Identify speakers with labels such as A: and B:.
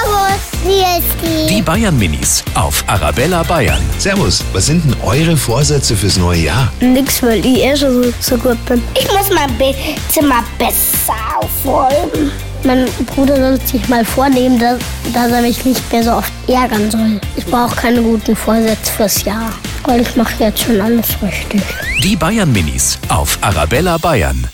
A: Christi.
B: Die Bayern Minis auf Arabella Bayern.
C: Servus, was sind denn eure Vorsätze fürs neue Jahr?
D: Nix, weil ich eh schon so, so gut bin.
A: Ich muss mein Be Zimmer besser aufräumen.
D: Mein Bruder soll sich mal vornehmen, dass, dass er mich nicht mehr so oft ärgern soll. Ich brauche keine guten Vorsätze fürs Jahr, weil ich mache jetzt schon alles richtig.
B: Die Bayern Minis auf Arabella Bayern.